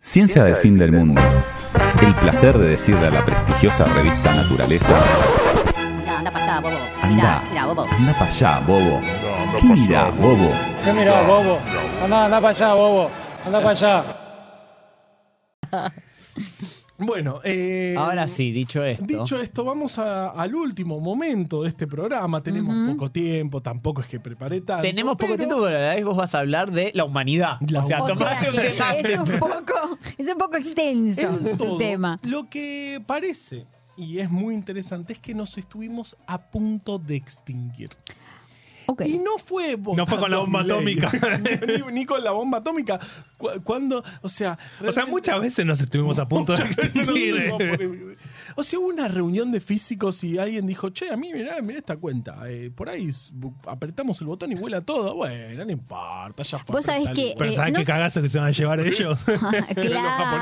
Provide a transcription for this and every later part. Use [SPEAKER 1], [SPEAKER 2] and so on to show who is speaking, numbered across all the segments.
[SPEAKER 1] Ciencia del fin del mundo. El placer de decirle a la prestigiosa revista Naturaleza,
[SPEAKER 2] Anda, anda para allá, bobo.
[SPEAKER 1] anda,
[SPEAKER 2] Mira, mira, bobo.
[SPEAKER 1] anda para allá, bobo. ¿Qué mirá, bobo?
[SPEAKER 3] ¿Qué mirá, bobo? Andá, andá para allá, bobo. Andá para allá.
[SPEAKER 4] Bueno, eh,
[SPEAKER 5] Ahora sí, dicho esto.
[SPEAKER 4] Dicho esto, vamos a- al último momento de este programa. Tenemos poco tiempo, tampoco es que preparé tanto.
[SPEAKER 5] Tenemos poco
[SPEAKER 4] pero-
[SPEAKER 5] tiempo, pero a la vez vos vas a hablar de la humanidad.
[SPEAKER 4] La
[SPEAKER 5] o sea,
[SPEAKER 6] O sea
[SPEAKER 5] tomaste un
[SPEAKER 6] que
[SPEAKER 5] tema.
[SPEAKER 6] es un poco, es un poco extenso
[SPEAKER 4] En todo,
[SPEAKER 6] tu tema.
[SPEAKER 4] Lo que parece, y es muy interesante, es que nos estuvimos a punto de extinguir.
[SPEAKER 6] Ok.
[SPEAKER 4] Y no fue
[SPEAKER 7] No fue con la bomba
[SPEAKER 4] votando a Milei.
[SPEAKER 7] atómica.
[SPEAKER 4] ni, ni- ni con la bomba atómica. Cu- Cuando, o sea,
[SPEAKER 7] O sea,
[SPEAKER 4] realmente-
[SPEAKER 7] muchas veces nos estuvimos a punto de extinguir. eh.
[SPEAKER 4] O sea, hubo una reunión de físicos y alguien dijo, che, a mí mirá, mirá esta cuenta. eh, por ahí s- bu- apretamos el botón y vuela todo. Bueno, no importa, ya fue.
[SPEAKER 6] Vos sabés que-
[SPEAKER 4] apretale.
[SPEAKER 7] Pero
[SPEAKER 6] Eh,
[SPEAKER 7] ¿sabes
[SPEAKER 6] no
[SPEAKER 7] qué
[SPEAKER 6] sé-
[SPEAKER 7] cagazo que se van a llevar ellos?
[SPEAKER 4] japoneses, ¿sabes
[SPEAKER 6] claro,
[SPEAKER 4] cómo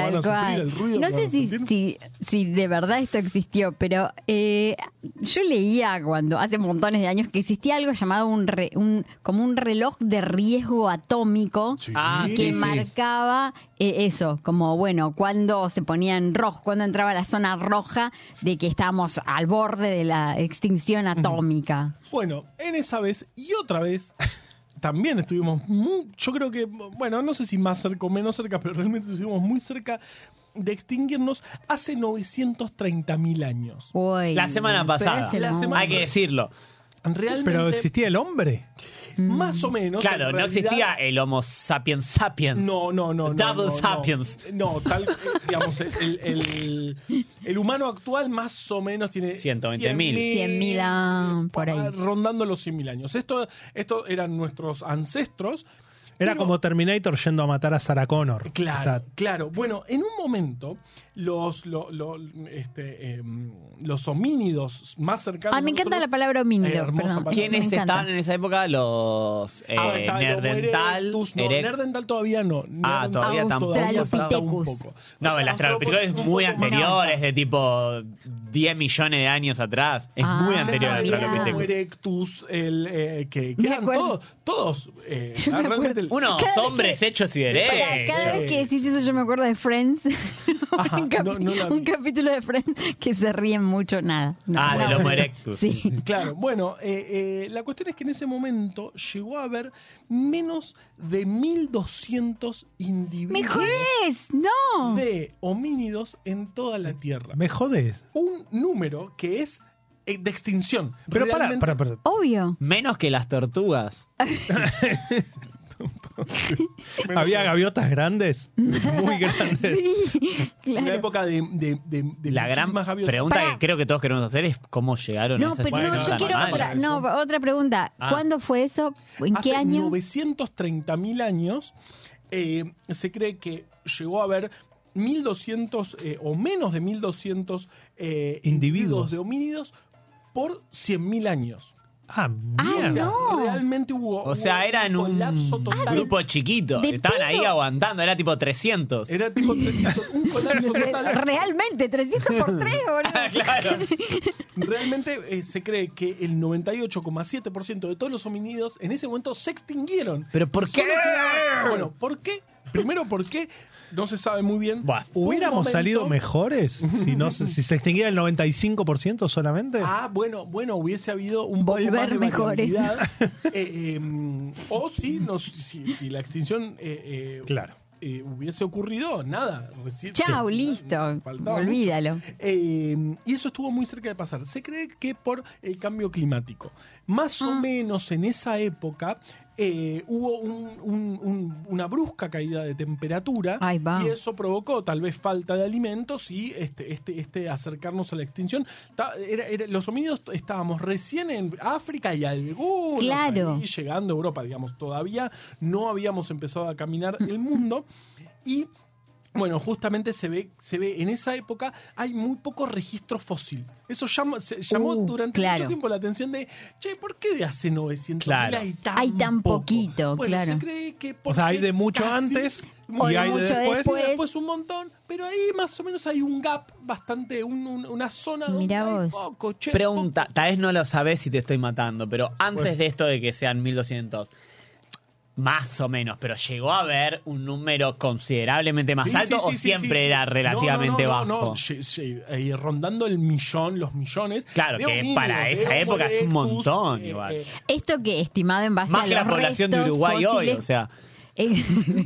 [SPEAKER 4] van a
[SPEAKER 6] tal
[SPEAKER 4] sufrir el ruido
[SPEAKER 6] cual. No
[SPEAKER 4] que van
[SPEAKER 6] sé
[SPEAKER 4] a
[SPEAKER 6] si,
[SPEAKER 4] sentir?
[SPEAKER 6] si, si de verdad esto existió, pero eh, yo leía cuando hace montones de años que existía algo llamado un, re- un como un reloj de riesgo atómico.
[SPEAKER 4] Sí.
[SPEAKER 5] Ah,
[SPEAKER 6] que
[SPEAKER 5] sí, sí.
[SPEAKER 6] marcaba eh, eso, como bueno, cuando se ponía en rojo, cuando entraba la zona roja de que estábamos al borde de la extinción atómica.
[SPEAKER 4] Bueno, en esa vez y otra vez también estuvimos muy, yo creo que, bueno, no sé si más cerca o menos cerca, pero realmente estuvimos muy cerca de extinguirnos hace 930.000 años.
[SPEAKER 6] Uy,
[SPEAKER 5] La semana
[SPEAKER 6] pero
[SPEAKER 5] pasada.
[SPEAKER 6] es
[SPEAKER 4] La
[SPEAKER 6] hermoso.
[SPEAKER 4] semana-
[SPEAKER 5] Hay que decirlo.
[SPEAKER 4] Realmente,
[SPEAKER 7] Pero existía el hombre.
[SPEAKER 4] más o menos.
[SPEAKER 5] claro,
[SPEAKER 4] en
[SPEAKER 5] no
[SPEAKER 4] realidad-
[SPEAKER 5] existía el Homo sapiens sapiens.
[SPEAKER 4] No, no, no. no,
[SPEAKER 5] Double
[SPEAKER 4] no, no.
[SPEAKER 5] sapiens.
[SPEAKER 4] No, tal, eh, digamos, el, el- el humano actual más o menos tiene...
[SPEAKER 5] 120.000.
[SPEAKER 6] 100.000, ah,
[SPEAKER 4] eh,
[SPEAKER 6] por ahí.
[SPEAKER 4] Rondando los 100.000 años. Esto, esto eran nuestros ancestros.
[SPEAKER 7] Era
[SPEAKER 4] pero-
[SPEAKER 7] como Terminator yendo a matar a Sarah Connor.
[SPEAKER 4] Claro,
[SPEAKER 7] O sea,
[SPEAKER 4] claro. Bueno, en un momento, los, lo- lo- este, eh, los homínidos más cercanos.
[SPEAKER 6] Ah, me
[SPEAKER 4] a
[SPEAKER 6] encanta la
[SPEAKER 4] nosotros-
[SPEAKER 6] palabra homínido.
[SPEAKER 4] Eh, hermosa
[SPEAKER 6] perdón.
[SPEAKER 4] palabra.
[SPEAKER 5] ¿Quiénes
[SPEAKER 6] Me encanta.
[SPEAKER 5] estaban en esa época? Los eh,
[SPEAKER 4] Ah, está, el Homo
[SPEAKER 5] Nerdental.
[SPEAKER 4] erectus, no,
[SPEAKER 5] Erec-
[SPEAKER 4] Nerdental todavía no.
[SPEAKER 5] Ah,
[SPEAKER 4] Nerdental
[SPEAKER 5] todavía tampoco.
[SPEAKER 4] falta un
[SPEAKER 6] Australopithecus.
[SPEAKER 4] poco.
[SPEAKER 5] No, el
[SPEAKER 4] Australopithecus
[SPEAKER 5] Australopithecus es
[SPEAKER 4] un
[SPEAKER 5] muy
[SPEAKER 4] poco más
[SPEAKER 5] anterior, es de tipo 10 millones de años atrás. Es
[SPEAKER 6] Ah,
[SPEAKER 5] muy
[SPEAKER 6] ya
[SPEAKER 5] anterior al
[SPEAKER 6] mirá.
[SPEAKER 4] Homo
[SPEAKER 5] Australopithecus.
[SPEAKER 4] erectus, el, eh, que, que
[SPEAKER 6] Me
[SPEAKER 4] eran
[SPEAKER 6] acuerdo.
[SPEAKER 4] todos, todos eh,
[SPEAKER 6] Yo me acuerdo.
[SPEAKER 4] realmente el-
[SPEAKER 5] Unos
[SPEAKER 6] Cada vez
[SPEAKER 5] hombres hechos y
[SPEAKER 6] Pará, cada
[SPEAKER 5] derechos.
[SPEAKER 6] vez que decís eso yo me acuerdo de Friends.
[SPEAKER 4] Ajá,
[SPEAKER 6] un, capi-
[SPEAKER 4] no, no la vi.
[SPEAKER 6] un capítulo de Friends que se ríen mucho, nada. no.
[SPEAKER 5] Ah, del Homo erectus.
[SPEAKER 6] Sí.
[SPEAKER 4] Claro, bueno, eh, eh, la cuestión es que en ese momento llegó a haber menos de 1200 individuos.
[SPEAKER 6] ¡Me jodés! ¡No!
[SPEAKER 4] de homínidos en toda la Tierra.
[SPEAKER 7] Me jodes.
[SPEAKER 4] Un número que es eh, de extinción.
[SPEAKER 7] Pero para,
[SPEAKER 4] Realmente-
[SPEAKER 7] para, para.
[SPEAKER 6] Obvio.
[SPEAKER 5] Menos que las tortugas.
[SPEAKER 7] Había gaviotas grandes, muy grandes.
[SPEAKER 6] Sí,
[SPEAKER 4] Una
[SPEAKER 6] claro.
[SPEAKER 4] época de, de, de- de
[SPEAKER 5] La gran
[SPEAKER 4] muchísimas gaviotas.
[SPEAKER 5] pregunta
[SPEAKER 6] Pará.
[SPEAKER 5] que creo que todos queremos hacer es cómo llegaron a
[SPEAKER 6] No,
[SPEAKER 5] esas
[SPEAKER 6] pero
[SPEAKER 7] Bueno,
[SPEAKER 6] no, yo
[SPEAKER 5] especies
[SPEAKER 6] quiero
[SPEAKER 5] animales.
[SPEAKER 6] otra,
[SPEAKER 4] eso.
[SPEAKER 6] no, otra pregunta.
[SPEAKER 5] Ah.
[SPEAKER 6] ¿Cuándo fue eso? ¿En
[SPEAKER 4] Hace
[SPEAKER 6] qué año?
[SPEAKER 4] 930 mil años eh, se cree que llegó a haber 1200 eh, o menos de 1200 eh, individuos
[SPEAKER 7] Individuos.
[SPEAKER 4] de homínidos por 100.000 años.
[SPEAKER 7] Ah,
[SPEAKER 6] Ah,
[SPEAKER 4] O sea,
[SPEAKER 7] mierda.
[SPEAKER 6] no.
[SPEAKER 4] Realmente hubo
[SPEAKER 5] O sea,
[SPEAKER 4] hubo
[SPEAKER 5] eran
[SPEAKER 4] colapso
[SPEAKER 5] un
[SPEAKER 4] total.
[SPEAKER 5] grupo chiquito.
[SPEAKER 6] de
[SPEAKER 5] Estaban ahí
[SPEAKER 6] pedo.
[SPEAKER 5] aguantando, era tipo 300.
[SPEAKER 4] Era tipo 300, un colapso
[SPEAKER 6] Re-
[SPEAKER 4] total.
[SPEAKER 6] Realmente, 300 por 3,
[SPEAKER 5] Ah,
[SPEAKER 6] boludo.
[SPEAKER 5] claro.
[SPEAKER 4] Realmente eh, se cree que el 98,7% de todos los hominidos en ese momento se extinguieron.
[SPEAKER 5] ¿Pero por qué?
[SPEAKER 4] Solo quedaban- Bueno, ¿por qué? Primero, ¿por qué? No se sabe muy bien.
[SPEAKER 5] Buah,
[SPEAKER 4] Hubo un
[SPEAKER 7] ¿Hubiéramos
[SPEAKER 4] momento-
[SPEAKER 7] salido mejores si, no, se- si se extinguía el 95% solamente?
[SPEAKER 4] Ah, bueno, bueno, hubiese habido un poco más
[SPEAKER 6] Volver
[SPEAKER 4] de
[SPEAKER 6] mejores.
[SPEAKER 4] variabilidad. Eh, eh, o si, no, si, si la extinción eh, eh,
[SPEAKER 7] Claro.
[SPEAKER 4] eh, hubiese ocurrido, nada. recién-
[SPEAKER 6] Chau,
[SPEAKER 4] Sí.
[SPEAKER 6] listo.
[SPEAKER 4] Faltaba
[SPEAKER 6] Olvídalo.
[SPEAKER 4] Eh, y eso estuvo muy cerca de pasar. Se cree que por el cambio climático. Más
[SPEAKER 6] Mm.
[SPEAKER 4] o menos en esa época eh, hubo un- un- un- una brusca caída de temperatura
[SPEAKER 6] Ay, va.
[SPEAKER 4] y eso provocó tal vez falta de alimentos y este, este, este acercarnos a la extinción. Ta- era- era- los homínidos t- estábamos recién en África y algunos
[SPEAKER 6] Claro.
[SPEAKER 4] ahí llegando a Europa, digamos, todavía no habíamos empezado a caminar el mundo y bueno, justamente se ve, se ve en esa época hay muy poco registro fósil. Eso llama, se llamó
[SPEAKER 6] Uh,
[SPEAKER 4] durante
[SPEAKER 6] claro.
[SPEAKER 4] mucho tiempo la atención de, che, ¿por qué de hace 900
[SPEAKER 5] Claro.
[SPEAKER 4] hay tan,
[SPEAKER 6] Hay tan
[SPEAKER 4] poco?
[SPEAKER 6] poquito,
[SPEAKER 4] Bueno,
[SPEAKER 6] claro.
[SPEAKER 4] se cree que
[SPEAKER 7] o sea, hay
[SPEAKER 4] porque
[SPEAKER 7] de mucho
[SPEAKER 4] casi-
[SPEAKER 7] antes
[SPEAKER 6] O
[SPEAKER 7] y
[SPEAKER 6] de
[SPEAKER 7] hay de
[SPEAKER 6] mucho
[SPEAKER 7] después.
[SPEAKER 6] después.
[SPEAKER 4] y después un montón, pero ahí más o menos hay un gap bastante, un- un- una zona donde
[SPEAKER 6] Mirá
[SPEAKER 4] hay
[SPEAKER 6] vos.
[SPEAKER 4] poco, che,
[SPEAKER 5] Pregunta, tal vez no lo sabés si te estoy matando, pero antes de esto de que sean 1200, Más o menos, pero llegó a haber un número considerablemente más
[SPEAKER 4] Sí,
[SPEAKER 5] alto
[SPEAKER 4] sí, sí,
[SPEAKER 5] o
[SPEAKER 4] sí,
[SPEAKER 5] siempre
[SPEAKER 4] sí, sí.
[SPEAKER 5] era
[SPEAKER 4] No, no,
[SPEAKER 5] relativamente
[SPEAKER 4] no, no,
[SPEAKER 5] bajo.
[SPEAKER 4] no, sí, sí, eh, rondando el millón, los millones.
[SPEAKER 5] Claro,
[SPEAKER 4] de
[SPEAKER 5] que
[SPEAKER 4] homínidos,
[SPEAKER 5] para
[SPEAKER 4] de
[SPEAKER 5] esa
[SPEAKER 4] Homo
[SPEAKER 5] época es un
[SPEAKER 4] erectus,
[SPEAKER 5] montón
[SPEAKER 4] eh,
[SPEAKER 5] igual.
[SPEAKER 6] Esto que estimado en base
[SPEAKER 5] Más
[SPEAKER 6] a
[SPEAKER 5] que la
[SPEAKER 6] los
[SPEAKER 5] población de
[SPEAKER 6] restos
[SPEAKER 5] Uruguay hoy,
[SPEAKER 6] fósiles-
[SPEAKER 5] o sea.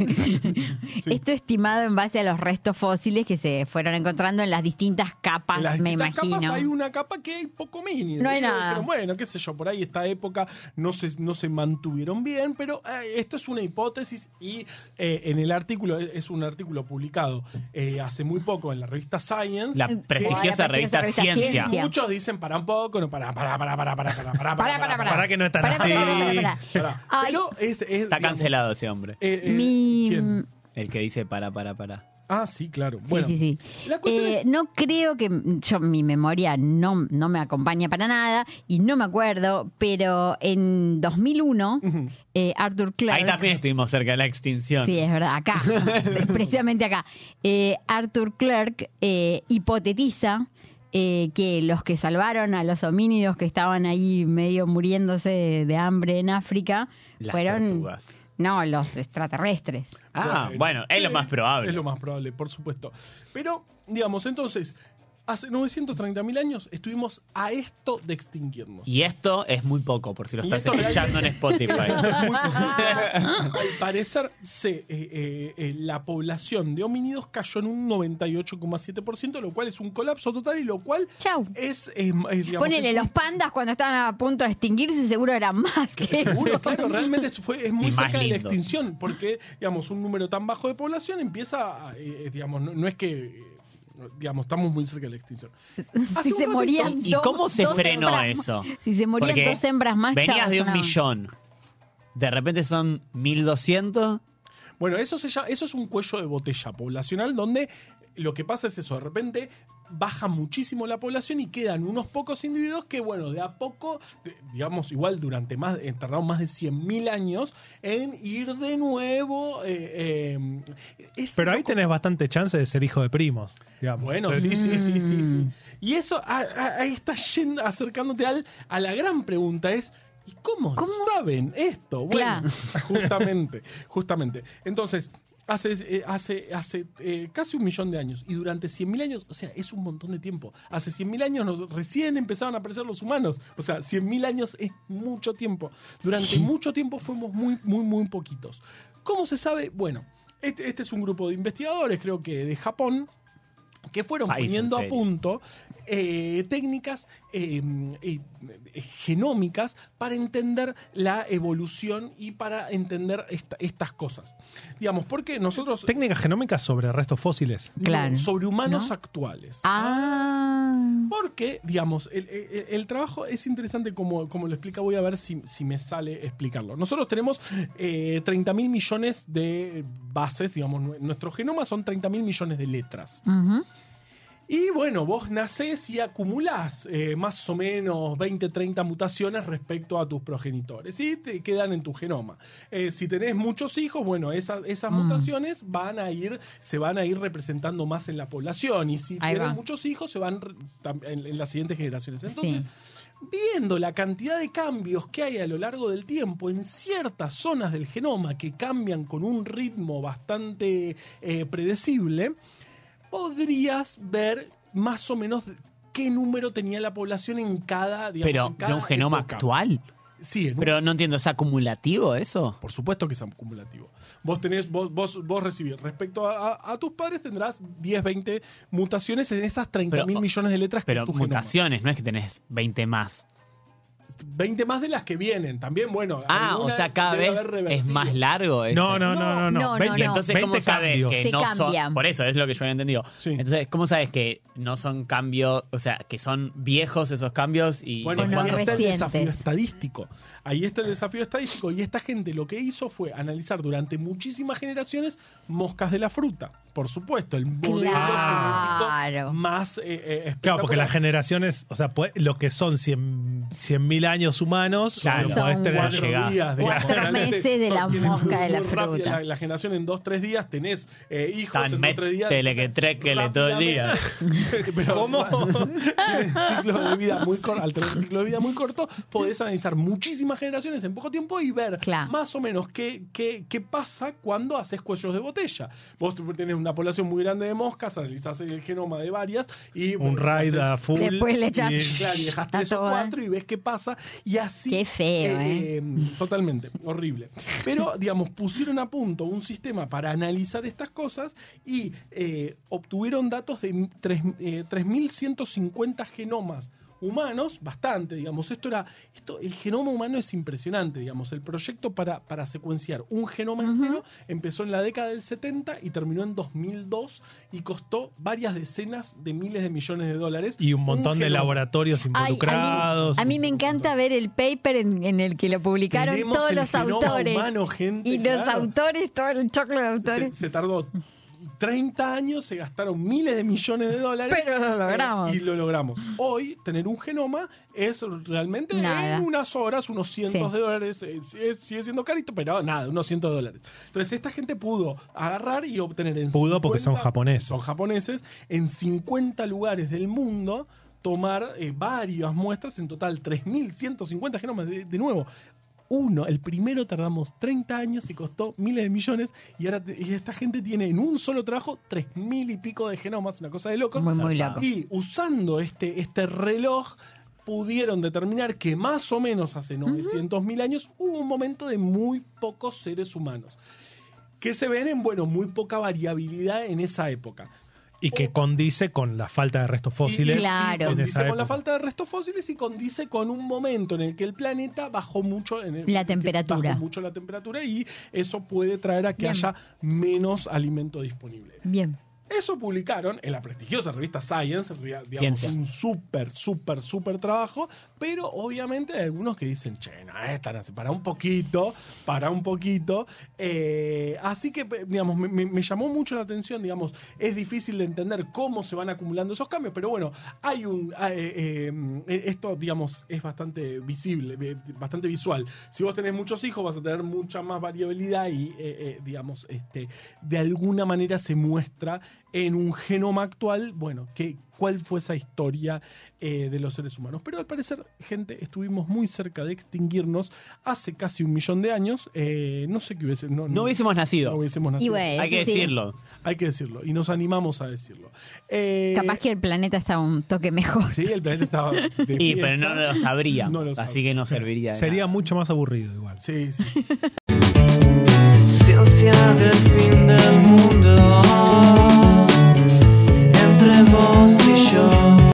[SPEAKER 6] Esto estimado en base a los restos fósiles que se fueron encontrando en las distintas capas,
[SPEAKER 4] En las
[SPEAKER 6] Ah, me
[SPEAKER 4] distintas
[SPEAKER 6] imagino.
[SPEAKER 4] capas hay una capa que hay poco mínimo.
[SPEAKER 6] No hay
[SPEAKER 4] Y ellos
[SPEAKER 6] nada.
[SPEAKER 4] dijeron, bueno, qué sé yo, por ahí esta época no se, no se mantuvieron bien, pero eh, esto es una hipótesis y eh, en el artículo, es un artículo publicado eh, hace muy poco en la revista Science.
[SPEAKER 5] La
[SPEAKER 6] Igual,
[SPEAKER 5] prestigiosa
[SPEAKER 6] la prestigiosa
[SPEAKER 5] revista,
[SPEAKER 6] revista
[SPEAKER 5] Ciencia.
[SPEAKER 6] Ciencia.
[SPEAKER 4] Muchos dicen para un poco, no para, para, para, para, para, para, para,
[SPEAKER 6] Pará, pará, pará.
[SPEAKER 7] Pará que no es tan
[SPEAKER 6] Pará, pará,
[SPEAKER 7] así.
[SPEAKER 6] pará, pará, pará.
[SPEAKER 4] Pará.
[SPEAKER 6] Ay.
[SPEAKER 4] Pero es- es,
[SPEAKER 5] Está
[SPEAKER 4] digamos,
[SPEAKER 5] cancelado ese hombre.
[SPEAKER 4] eh, eh,
[SPEAKER 6] Mi-
[SPEAKER 4] ¿quién?
[SPEAKER 5] El que dice para, para, para.
[SPEAKER 4] Ah, sí, claro. Bueno,
[SPEAKER 6] sí, sí, sí.
[SPEAKER 4] La cuestión
[SPEAKER 6] Eh,
[SPEAKER 4] es-
[SPEAKER 6] No creo que yo mi memoria no, no me acompaña para nada y no me acuerdo, pero en 2001 eh, Arthur Clarke
[SPEAKER 5] Ahí también estuvimos cerca de la extinción.
[SPEAKER 6] Sí, es verdad, acá, precisamente acá. Eh, Arthur Clarke eh, hipotetiza eh, que los que salvaron a los homínidos que estaban ahí medio muriéndose de, de hambre en África
[SPEAKER 5] Las
[SPEAKER 6] fueron...
[SPEAKER 5] tortugas.
[SPEAKER 6] No, los extraterrestres.
[SPEAKER 5] Ah, bueno, es lo más probable.
[SPEAKER 4] Eh, Es lo más probable, por supuesto. Pero, digamos, entonces, hace 930.000 años estuvimos a esto de extinguirnos.
[SPEAKER 5] Y esto es muy poco, por si lo
[SPEAKER 4] Y
[SPEAKER 5] estás
[SPEAKER 4] esto realmente-
[SPEAKER 5] escuchando en Spotify.
[SPEAKER 4] Muy poco.
[SPEAKER 5] Ah.
[SPEAKER 4] Al parecer, se, eh, eh, eh, la población de homínidos cayó en un 98,7%, lo cual es un colapso total y lo cual
[SPEAKER 6] Chau.
[SPEAKER 4] es, eh, eh, digamos,
[SPEAKER 6] Ponele, los pandas cuando estaban a punto de extinguirse seguro eran más que
[SPEAKER 4] Seguro,
[SPEAKER 6] eso.
[SPEAKER 4] claro, realmente es- fue, es muy
[SPEAKER 5] Y más
[SPEAKER 4] cerca de la
[SPEAKER 5] lindos.
[SPEAKER 4] extinción, porque, digamos, un número tan bajo de población empieza, a, eh, eh, digamos, no, no es que, eh, digamos, estamos muy cerca de la extinción. Hace
[SPEAKER 5] Ah,
[SPEAKER 6] Si
[SPEAKER 4] un
[SPEAKER 6] se
[SPEAKER 4] ratito-
[SPEAKER 6] morían
[SPEAKER 5] ¿Y
[SPEAKER 6] dos-
[SPEAKER 5] cómo se
[SPEAKER 6] dos
[SPEAKER 5] frenó
[SPEAKER 6] hembras más-
[SPEAKER 5] eso?
[SPEAKER 6] Si se morían
[SPEAKER 5] Porque
[SPEAKER 6] dos hembras más,
[SPEAKER 5] Venías
[SPEAKER 6] chau,
[SPEAKER 5] de un
[SPEAKER 6] sonaban.
[SPEAKER 5] millón. De repente son 1200.
[SPEAKER 4] Bueno, eso, se llama- eso es un cuello de botella poblacional donde lo que pasa es eso, de repente baja muchísimo la población y quedan unos pocos individuos que, bueno, de a poco, de- digamos, igual durante más, eh, tardaron más de 100.000 años en ir de nuevo. eh, eh, es
[SPEAKER 7] Pero ahí
[SPEAKER 4] loco.
[SPEAKER 7] tenés bastante chance de ser hijo de primos. digamos.
[SPEAKER 4] Bueno,
[SPEAKER 7] Eh,
[SPEAKER 4] sí, sí, sí, sí, sí. Y eso a- a- ahí está yendo, acercándote al, a la gran pregunta es. ¿Y cómo,
[SPEAKER 6] ¿Cómo?
[SPEAKER 4] saben esto? Bueno, justamente, justamente. Entonces, hace, eh, hace, hace eh, casi un millón de años y durante 100.000 años, o sea, es un montón de tiempo. Hace 100.000 años nos, recién empezaron a aparecer los humanos. O sea, 100.000 años es mucho tiempo. Durante mucho tiempo fuimos muy, muy, muy poquitos. ¿Cómo se sabe? Bueno, este, este es un grupo de investigadores, creo que de Japón, que
[SPEAKER 7] Ah,
[SPEAKER 4] fueron
[SPEAKER 5] País, en
[SPEAKER 4] poniendo a
[SPEAKER 5] serio.
[SPEAKER 4] punto eh, técnicas eh, eh, genómicas para entender la evolución y para entender esta- estas cosas. Digamos, porque nosotros...
[SPEAKER 7] Técnicas genómicas sobre restos fósiles.
[SPEAKER 4] no,
[SPEAKER 6] Claro.
[SPEAKER 4] sobre humanos
[SPEAKER 6] ¿No?
[SPEAKER 4] actuales.
[SPEAKER 6] Ah.
[SPEAKER 4] Porque, digamos, el, el- el trabajo es interesante como, como lo explica. Voy a ver si, si me sale explicarlo. Nosotros tenemos eh, 30 mil millones de bases, digamos, nue- nuestro genoma son 30 mil millones de letras.
[SPEAKER 6] Ujú.
[SPEAKER 4] Y bueno, vos nacés y acumulás eh, más o menos 20, 30 mutaciones respecto a tus progenitores y te quedan en tu genoma. Eh, si tenés muchos hijos, bueno, esas,
[SPEAKER 6] Mm.
[SPEAKER 4] esas mutaciones van a ir, se van a ir representando más en la población. Y si
[SPEAKER 6] Ahí
[SPEAKER 4] tenés
[SPEAKER 6] va.
[SPEAKER 4] muchos hijos, se van re- tam- en, en las siguientes generaciones. Entonces,
[SPEAKER 6] Sí.
[SPEAKER 4] viendo la cantidad de cambios que hay a lo largo del tiempo en ciertas zonas del genoma que cambian con un ritmo bastante eh, predecible, podrías ver más o menos qué número tenía la población en cada, digamos,
[SPEAKER 5] Pero
[SPEAKER 4] en cada
[SPEAKER 5] de un genoma
[SPEAKER 4] época.
[SPEAKER 5] actual.
[SPEAKER 4] Sí, en un-
[SPEAKER 5] Pero no entiendo, ¿es acumulativo eso?
[SPEAKER 4] por supuesto que es acumulativo. Vos tenés, vos, vos, vos recibís, respecto a, a- a tus padres tendrás 10, 20 mutaciones en esas 30 mil
[SPEAKER 5] Pero-
[SPEAKER 4] millones de letras que
[SPEAKER 5] Pero
[SPEAKER 4] es tu genoma.
[SPEAKER 5] mutaciones, no es que tenés 20 más.
[SPEAKER 4] 20 más de las que vienen, también, bueno.
[SPEAKER 5] Ah, o
[SPEAKER 4] alguna
[SPEAKER 5] sea, cada
[SPEAKER 4] debe
[SPEAKER 5] vez
[SPEAKER 4] haber
[SPEAKER 5] es
[SPEAKER 4] revertido.
[SPEAKER 5] más largo. ese.
[SPEAKER 7] No, no,
[SPEAKER 6] No,
[SPEAKER 7] no, no,
[SPEAKER 6] no,
[SPEAKER 7] no.
[SPEAKER 6] no,
[SPEAKER 7] 20,
[SPEAKER 6] no.
[SPEAKER 5] Entonces,
[SPEAKER 7] 20
[SPEAKER 5] ¿cómo sabes
[SPEAKER 7] cambios.
[SPEAKER 5] que
[SPEAKER 6] Se
[SPEAKER 5] no
[SPEAKER 6] cambian.
[SPEAKER 5] son.? Por eso es lo que yo había entendido.
[SPEAKER 4] Sí.
[SPEAKER 5] Entonces, ¿cómo sabes que no son cambios, o sea, que son viejos esos cambios y
[SPEAKER 4] Bueno,
[SPEAKER 5] de
[SPEAKER 6] Bueno,
[SPEAKER 4] ahí
[SPEAKER 5] cuántos-
[SPEAKER 4] está el
[SPEAKER 6] recientes.
[SPEAKER 4] desafío estadístico. Ahí está el desafío estadístico. Y esta gente lo que hizo fue analizar durante muchísimas generaciones moscas de la fruta. Por supuesto, el modelo
[SPEAKER 6] Claro.
[SPEAKER 4] genético más
[SPEAKER 7] Claro,
[SPEAKER 4] eh, eh,
[SPEAKER 7] porque
[SPEAKER 4] espectacular.
[SPEAKER 7] pues, las generaciones, o sea, puede- lo que son 100 100.000 años humanos,
[SPEAKER 5] Claro.
[SPEAKER 7] lo
[SPEAKER 6] Son
[SPEAKER 7] podés tener
[SPEAKER 6] cuatro
[SPEAKER 7] llegado.
[SPEAKER 4] Cuatro días de
[SPEAKER 6] Cuatro
[SPEAKER 4] la-
[SPEAKER 6] meses de la
[SPEAKER 4] Porque
[SPEAKER 6] mosca de la
[SPEAKER 4] muy rápido,
[SPEAKER 6] fruta.
[SPEAKER 4] La, la generación en dos, tres días tenés eh, hijos en
[SPEAKER 5] Tan
[SPEAKER 4] dos, tres días.
[SPEAKER 5] métele que tréquele todo el día.
[SPEAKER 4] Rápidamente. Pero ¿Cómo? ciclo de vida muy corto, al tener ciclo de vida muy corto, podés analizar muchísimas generaciones en poco tiempo y ver
[SPEAKER 6] Claro.
[SPEAKER 4] más o menos qué, qué, qué pasa cuando haces cuellos de botella. Vos tenés una población muy grande de moscas, analizás el genoma de varias y
[SPEAKER 7] Un raid
[SPEAKER 4] haces-
[SPEAKER 7] a full.
[SPEAKER 6] Después le echás-
[SPEAKER 7] y-
[SPEAKER 4] Claro, y dejas
[SPEAKER 6] Está
[SPEAKER 4] tres o
[SPEAKER 6] todo, ¿eh?
[SPEAKER 4] cuatro y ves qué pasa. Y así.
[SPEAKER 6] Qué feo, ¿eh?
[SPEAKER 4] Totalmente, horrible. Pero, digamos, pusieron a punto un sistema para analizar estas cosas y eh, obtuvieron datos de tres- eh, 3.150 genomas humanos, bastante, digamos, esto era, esto, el genoma humano es impresionante, digamos, el proyecto para, para secuenciar un genoma entero empezó en la década del 70 y terminó en 2002 y costó varias decenas de miles de millones de dólares.
[SPEAKER 7] Y un montón de
[SPEAKER 4] genoma.
[SPEAKER 7] laboratorios
[SPEAKER 6] Ay, a, mí,
[SPEAKER 7] involucrados.
[SPEAKER 6] a mí me encanta ver el paper en, en el que lo publicaron
[SPEAKER 4] Tenemos
[SPEAKER 6] todos
[SPEAKER 4] el
[SPEAKER 6] los
[SPEAKER 4] genoma
[SPEAKER 6] autores.
[SPEAKER 4] humano, gente,
[SPEAKER 6] y los
[SPEAKER 4] claro.
[SPEAKER 6] autores, todo el choclo de
[SPEAKER 4] se,
[SPEAKER 6] autores.
[SPEAKER 4] se tardó 30 años, se gastaron miles de millones de dólares.
[SPEAKER 6] Pero lo logramos.
[SPEAKER 4] Eh, y lo logramos. Hoy, tener un genoma es realmente
[SPEAKER 6] Nada.
[SPEAKER 4] en unas horas, unos cientos
[SPEAKER 6] Sí.
[SPEAKER 4] de dólares. eh, sigue, sigue siendo carito, pero nada, unos cientos de dólares. Entonces, esta gente pudo agarrar y obtener en
[SPEAKER 7] Pudo porque son japoneses.
[SPEAKER 4] Son japoneses. En 50 lugares del mundo tomar eh, varias muestras, en total 3.150 genomas. De, de nuevo, uno, el primero tardamos 30 años y costó miles de millones y ahora te- y esta gente tiene en un solo trabajo 3.000 y pico de genomas, una cosa de loco.
[SPEAKER 6] Muy, muy loco.
[SPEAKER 4] Y usando este, este reloj pudieron determinar que más o menos hace 900.000 años hubo un momento de muy pocos seres humanos que se ven en, bueno, muy poca variabilidad en esa época.
[SPEAKER 7] Y que condice con la falta de restos fósiles.
[SPEAKER 4] Y- y
[SPEAKER 6] Claro.
[SPEAKER 7] en
[SPEAKER 4] Condice
[SPEAKER 7] esa
[SPEAKER 4] con la
[SPEAKER 7] época.
[SPEAKER 4] falta de restos fósiles y condice con un momento en el que el planeta bajó mucho en el-
[SPEAKER 6] La
[SPEAKER 4] que
[SPEAKER 6] temperatura.
[SPEAKER 4] Bajó mucho la temperatura y eso puede traer a que
[SPEAKER 6] Bien.
[SPEAKER 4] haya menos alimento disponible.
[SPEAKER 6] Bien.
[SPEAKER 4] Eso publicaron en la prestigiosa revista Science, ria- digamos,
[SPEAKER 5] Ciencia.
[SPEAKER 4] un súper, súper, súper trabajo, pero obviamente hay algunos que dicen, che, no, están así, para un poquito, para un poquito. Eh, así que, pe- digamos, me, me- me llamó mucho la atención, digamos, es difícil de entender cómo se van acumulando esos cambios, pero bueno, hay un, ah, eh, eh, esto, digamos, es bastante visible, eh, bastante visual. Si vos tenés muchos hijos, vas a tener mucha más variabilidad y, eh, eh, digamos, este, de alguna manera se muestra en un genoma actual, bueno, que, cuál fue esa historia eh, de los seres humanos. Pero al parecer, gente, estuvimos muy cerca de extinguirnos hace casi un millón de años. Eh, no sé qué hubiese... No,
[SPEAKER 5] No hubiésemos
[SPEAKER 4] no
[SPEAKER 5] nacido.
[SPEAKER 4] hubiésemos nacido.
[SPEAKER 6] Y bueno,
[SPEAKER 5] Hay que
[SPEAKER 6] eso sí.
[SPEAKER 5] decirlo.
[SPEAKER 4] Hay que decirlo, y nos animamos a decirlo. Eh,
[SPEAKER 6] Capaz que el planeta está un toque mejor.
[SPEAKER 4] Sí, el planeta estaba... de
[SPEAKER 5] Y,
[SPEAKER 4] fiesta.
[SPEAKER 5] pero no lo sabríamos.
[SPEAKER 4] No lo
[SPEAKER 5] así que no serviría. de
[SPEAKER 7] Sería
[SPEAKER 5] nada.
[SPEAKER 7] mucho más aburrido igual.
[SPEAKER 4] Sí, sí, sí.
[SPEAKER 8] Ciencia del fin